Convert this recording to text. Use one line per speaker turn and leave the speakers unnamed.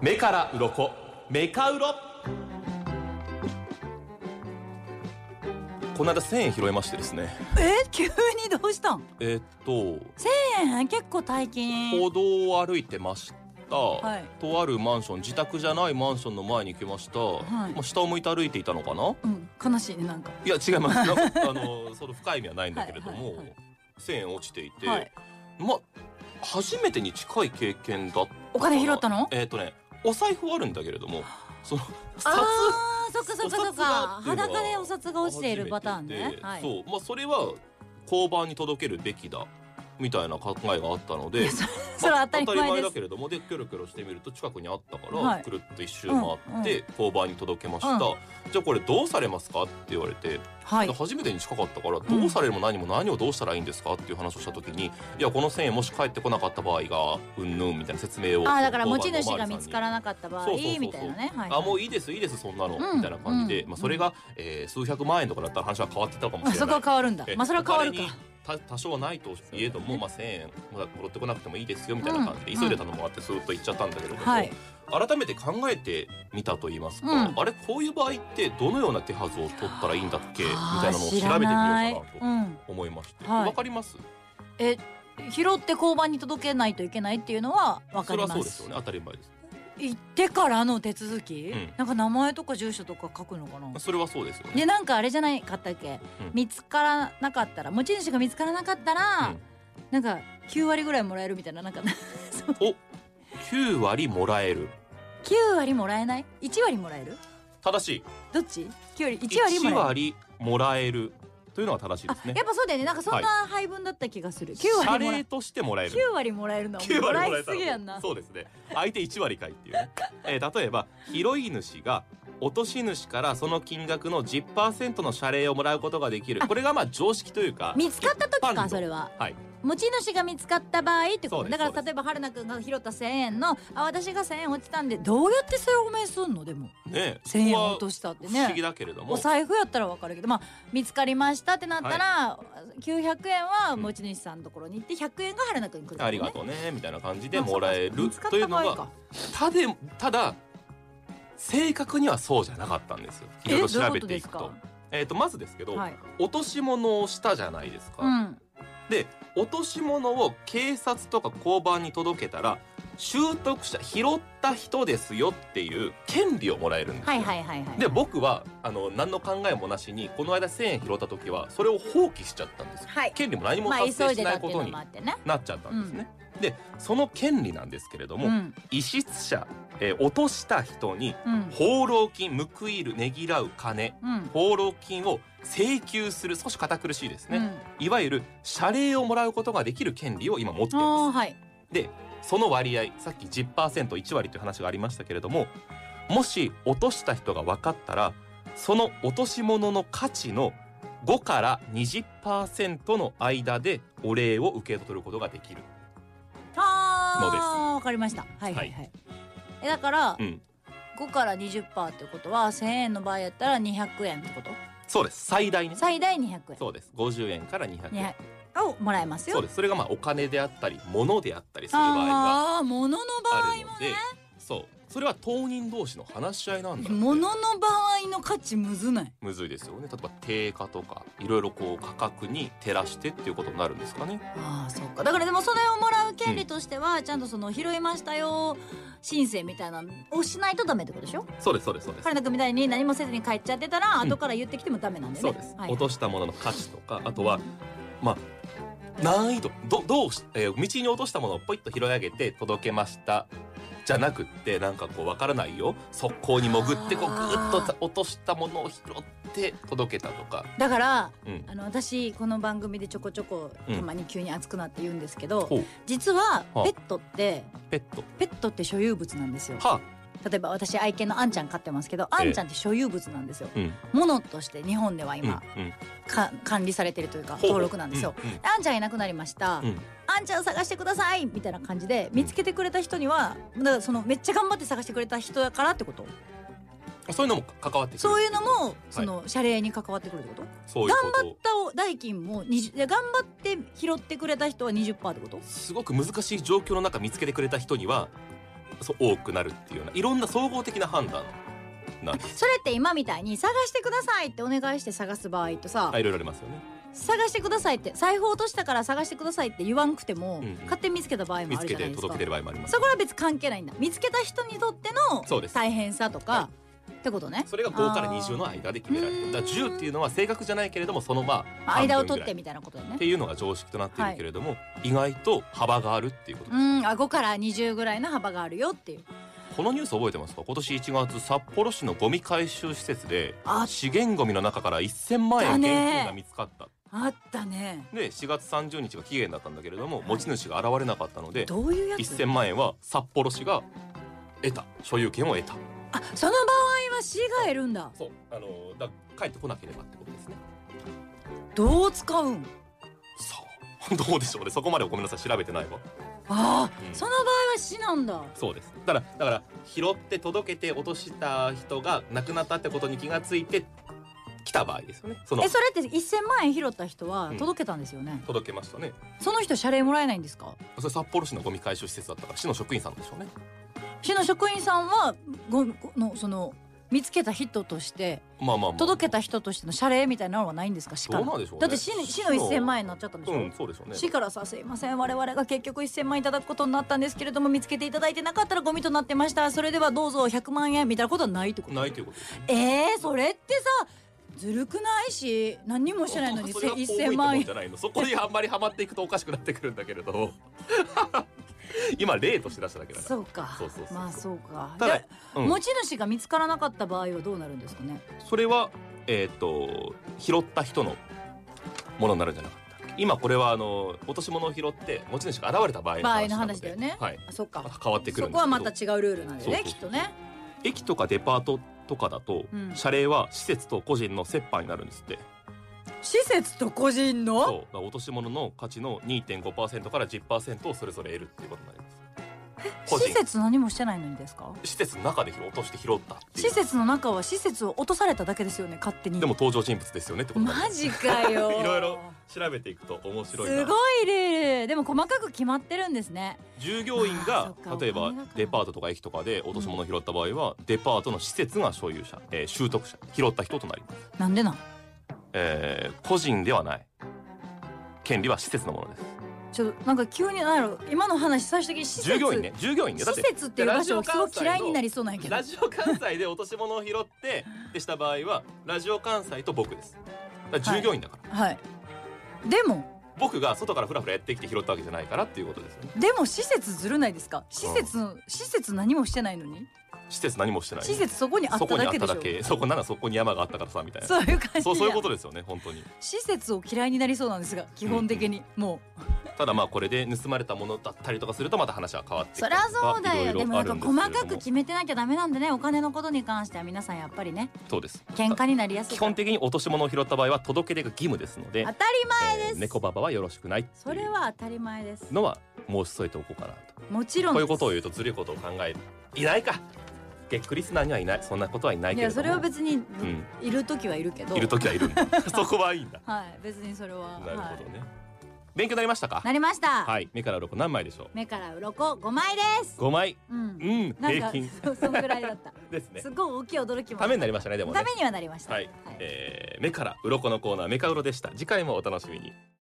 目から鱗メカウロこの間1000円拾いましてですね
え急にどうしたん
えーっと
ええ結構大金
歩道を歩いてました、
はい
とあるマンション自宅じゃないマンションの前に来ました、
い
まあ、下を向いて歩いていたのかな
うん悲しいねなんか
いや違い ますなんかあのその深い意味はないんだけれども、
はいはいはい
1000円落ちていて、
はい
まあ初めてに近い経験だったかな
お金拾ったの
えーっ、とねお財布はあるんだけれどもその札
あーそっかそっかそっ
お札
か
がっていうのは
裸でお札が落ちているパターン
初め
ね
てで
はい
そうまあそれは交番に届けるべきだみたいな考えがあったので
いやそ それは当たり前で
だ
す
けれどもでキョロキョロしてみると近くにあったから、
はい
くるっと一周回って交番に届けました、
うん
じゃあこれどうされますかって言われて、
はい
で初めてに近かったからどうされるも何も何をどうしたらいいんですかっていう話をした時にいやこの1,000円もし返ってこなかった場合がうんぬんみたいな説明を
あーだから持ち
交番
主
のお巡りさ
が
んに
見つからなかった場合
そうそうそうそう
みたいなねはい
あもういいですいいですそんなの、
うん
みたいな感じで、
うん
まあ、それが、えー数百万円とかだったら話は変わってたかもしれ
あ
ない
そこは変わるんだ
え
まあそれは変わる
お金に
か
た多少はないといえども、まあ、1,000円まだ戻ってこなくてもいいですよみたいな感じで、
うん
急いでたのもあってスーッと行っちゃったんだけれども、
はい
改めて考えてみたと言いますか、
うん
あれこういう場合ってどのような手はずを取ったらいいんだっけみたいなのを調べてみよう
あー知らない
かな
う
と
ん
思いましてわ、
はい
かります
え拾って交番に届けないといけないっていうのはわかり
それは
ま
そうです
す
よね当たり前です
行ってからの手続き、
ん
なんか名前とか住所とか書くのかな
それはそうですよね
でなんかあれじゃないかったっけ、
うん
見つからなかったら持ち主が見つからなかったら、
うん
なんか9割ぐらいもらえるみたいななんか そう
お9割もらえる
9割もらえない1割もらえる
正しい
どっち9割1
1割
割もらえる
もらえるというのが正しいです
あ
ね
やっぱそうだよねなんかそんな配分だった気がする、9割も
謝
らえ
礼としてもらえる
9割もらえるの
9
も
割
ら
もら
い
えた
すぎやんな
そうですね相手1割かいっていうね、 えー例えば拾い主が落とし主からその金額の10%の謝礼をもらうことができるこれがまあ常識というか
見つかった時
一般
か
論
それは
はい
持ち主が見つかった場合ってこ
そう
と
です
だか
そうです
ら例えば春菜くんが拾った1,000円のあ私が1,000円落ちたんでどうやって証明すんのでも
ね
1,000円落と
し
したって
不思議
ね
だけれども
お財布やったらわかるけどまあ見つかりましたってなったら、900円は持ち主さんのところに行って100円が春菜くんに来る、ね、
ありがとうねみたいな感じでもらえ
見
る
つかっ
という
た
の
場
が
合か
たでただ正確にはそうじゃなかったんですよいろいろ調べていく
えどう
と
いうことで
えーとまずですけど、
はい、
落とし物をしたじゃないですか、
うん
で落とし物を警察とか交番に届けたら拾得者拾った人ですよっていう権利をもらえるんですよ、
はいはいはいはい
で僕はあの何の考えもなしにこの間1,000円拾った時はそれを放棄しちゃったんですよ
はい
権利も何も
まあ
達
急
成
い
し
で
な
た
い
って
こ
いう
と
の
に
もあってね
なっちゃったんですね、でその権利なんですけれども、
ん
遺失者、えー落とした人に
うん
報労金報いるねぎらう金
うん
報労金を請求する少し堅苦しいですね、
うん
いわゆる謝礼をもらうことができる権利を今持ってい
あー
ま
はい
す。で、その割合、さっき 10%1 割という話がありましたけれども、もし落とした人が分かったら、その落とし物の価値の5から20%の間でお礼を受け取ることができる。
あ
のです
あわかりましたはいはいはい、えだから
うん。
5から20%ってことは1000円の場合やったら200円ってこと
そうです。最大ね。
最大200円
そうです。50円から200円。
200をもらえますよ
そうです。それがまあお金であったり、物であったりする場合が
ああ物の
あ
場
る
合
の
も
で
ね、
そう。それは当人同士の話し合いなんだって。
物の場合の価値むずない
むずいですよね例えば定価とかいろいろこう価格に照らしてっていうことになるんですかね
ああそうかだからでもそれをもらう権利としては、ちゃんとその拾いましたよ申請みたいなのをしないとダメってことでしょ
そうですそうですそうです
彼の君みたいに何もせずに帰っちゃってたら、
うん
後から言ってきてもダメなんだよね
そうです、
はい
落としたものの価値とかあとは難易度どどうし、えー道に落としたものをポイッと拾い上げて届けましたじゃなくってなんかこうわからないよ側溝に潜ってこうグーッとた落としたものを拾って届けたとか
だから
うん
あの私この番組でちょこちょこ
うん
たまに急に熱くなって言うんですけど、
ほう
実は
あ
ペットって
ペット
ペットって所有物なんですよ
は
例えば私愛犬のあんちゃん飼ってますけどあんちゃんって所有物なんですよ
うん
物として日本では
うん
今、か管理されてるというか登録なんですよ、、
うんうん
あんちゃんいなくなりました、
うん
あんちゃん探してくださいみたいな感じで見つけてくれた人にはだからそのめっちゃ頑張って探してくれた人だからってこと
そういうのも関わってくる
そういうのもその謝礼に関わってくるってこと
そういうこと
買ったお代金も20で頑張って拾ってくれた人は20%ってこと
すごく難しい状況の中見つけてくれた人にはそう多くなるっていうようないろんな総合的な判断なんです。
それって今みたいに探してくださいってお願いして探す場合とさ、
あいろいろありますよね。
探してくださいって財布落としたから探してくださいって言わんくても、
うんうん
勝手に見つけた場合も
見
あ
つ
るじ
け
ゃな
て
いです
届け
か
てる場合もあります。
そこは別に関係ないんだ見つけた人にとって
そう
の
です
大変さとかってことね
それが5から
あー
20の間で決められ
うー
る。
ん
だから10っていうのは正確じゃないけれどもそのまあ
間を
半分ぐ
取
らい
ってみたいなことだよ
っ
ね
ていうのが常識となっているけれども、意外と幅があるっていうこと
う。んあ5から20ぐらいの幅があるよっていう
このニュース覚えてますか今年1月札幌市のゴミ回収施設で
あ
資源ゴミの中から1000万円現金が見つかった。
あったね
で4月30日が期限だったんだけれども持ち主が現れなかったので
どういうやつ
1000万円は札幌市が得た所有権を得た
あその場合は市がいるんだ
そうあのだ帰ってこなければってことですね
どう使うん
そう どうでしょうねそこまでごめんなさい調べてないわ
ああ、
うん
その場合は市なんだ
そうですだからだから拾って届けて落とした人が亡くなったってことに気がついて来た場合ですよねその
えそれって1000万円拾った人は
うん
届けたんですよね、
届けましたね
その人謝礼もらえないんですか
それ札幌市のゴミ回収施設だったから市の職員さんでしょうね
市の職員さんはごごのその見つけた人として
まあまあまあ
届けた人としての謝礼みたいなのはないんですか市か
ど
ら
うなんでしょうね
だって市に市の1000万円になっちゃったんでしょ、
うんそうでしょうね
市からさ「すいません我々が結局1,000万円いただくことになったんですけれども見つけていただいてなかったらゴミとなってましたそれではどうぞ100万円」みたいなことはないってこと
ないということですね
えー、それってさずるくないし何にもしてないのに
それは公務員
1,000万
ってもん
円
じゃないのそこにあんまりハマっていくとおかしくなってくるんだけれど 今例として出しただけだから
そうか
そうそうそうそう
まあそうか
ただ
で
うん
持ち主が見つからなかった場合はどうなるんですかね
それはえっ、と拾った人のものになるんじゃなかったっけ今これはあの落とし物を拾って持ち主が現れた場合の話なので
場合の話だよね
はい、
あそっか
変わってくるんです
そ
けど
こはまた違うルールなんで
そう
ね
そう
きっとね
駅とかデパートとかだと、
うん
謝礼は施設と個人の折半になるんですって
施設と個人
そうだ
の
から落とし物の価値の2.5%から10%をそれぞれ得るっていうことになります個人
施設何もしてないのにですか
施設の中で拾落として拾ったっていう
施設の中は施設を落とされただけですよね勝手に
でも登場人物ですよねってことなんで
マジか よ
いろいろ調べていくと面
す
白
ご
いない
ルールでも細かく決まってるんですね
従業員
あーそ
が
っか
例え
お
ば
金だから
デパートとか駅とかで落とし物を拾った場合は、デパートの施設が所有者、えー習得者拾った人となります、
なんでなん
えー個人ではない権利は施設のものです
ちょっとなんか急になんやろ今の話最終的に施設
従業員ね従業員ねだ
施
って
設っていう場所をすごく嫌いになりそうなんやけど
ラジオ関西で落とし物を拾ってでした場合はラジオ関西と僕ですだから従業員だから、
はいでも
僕が外からフラフラやってきて拾ったわけじゃないからっていうことですよね
でも施設ずるないですか施設の、施設何もしてないのに
施設何もしてない
施設そこにあっ
そ
た
こにあ
だ
っ
けで
た
しょ
だけそこならそこに山があったからさみたいな
そういう感じ
そうそういう
や
ことですよね本当に
施設を嫌いになりそうなんですが基本的に、もう
ただまあこれで盗まれたものだったりとかするとまた話は変わってき
そ
た
り
り
ゃ
とか
そうだよ
いろい
でも
ろ
な
あ
ん
る
か
んですけれど
細かく決めてなきゃダメなんでねお金のことに関しては皆さんやっぱりね
そうです
喧嘩になりやすい
基
から
本的に落とし物を拾った場合は届け出が義務ですので
当たり前
えー猫ババはよろしくないって
そ
い
れ
う
は当たり前です
のは申し添えておこうかなと
もちろん
こうい
です
うことを言うとずるいことを考えるいないかゲックリスナーにはいないそんなことはいない
い
けれ
や
ども
それは別に、
ん
いる時はいるけど
いる時はいる んだそこはいいんだ
はい別にそれは
なる
は
ほど
い
ね、勉強になりましたか
なりました、
はい目から鱗何枚でしょう
目から鱗五枚です
五枚
うん
うん
なん
平
か
均
そそんぐらいだった、
です ね
すごい大きい驚きも
ためになりましたねでもね
ためにはなりました
はい、えー目から鱗のコーナー目から鱗でした次回もお楽しみに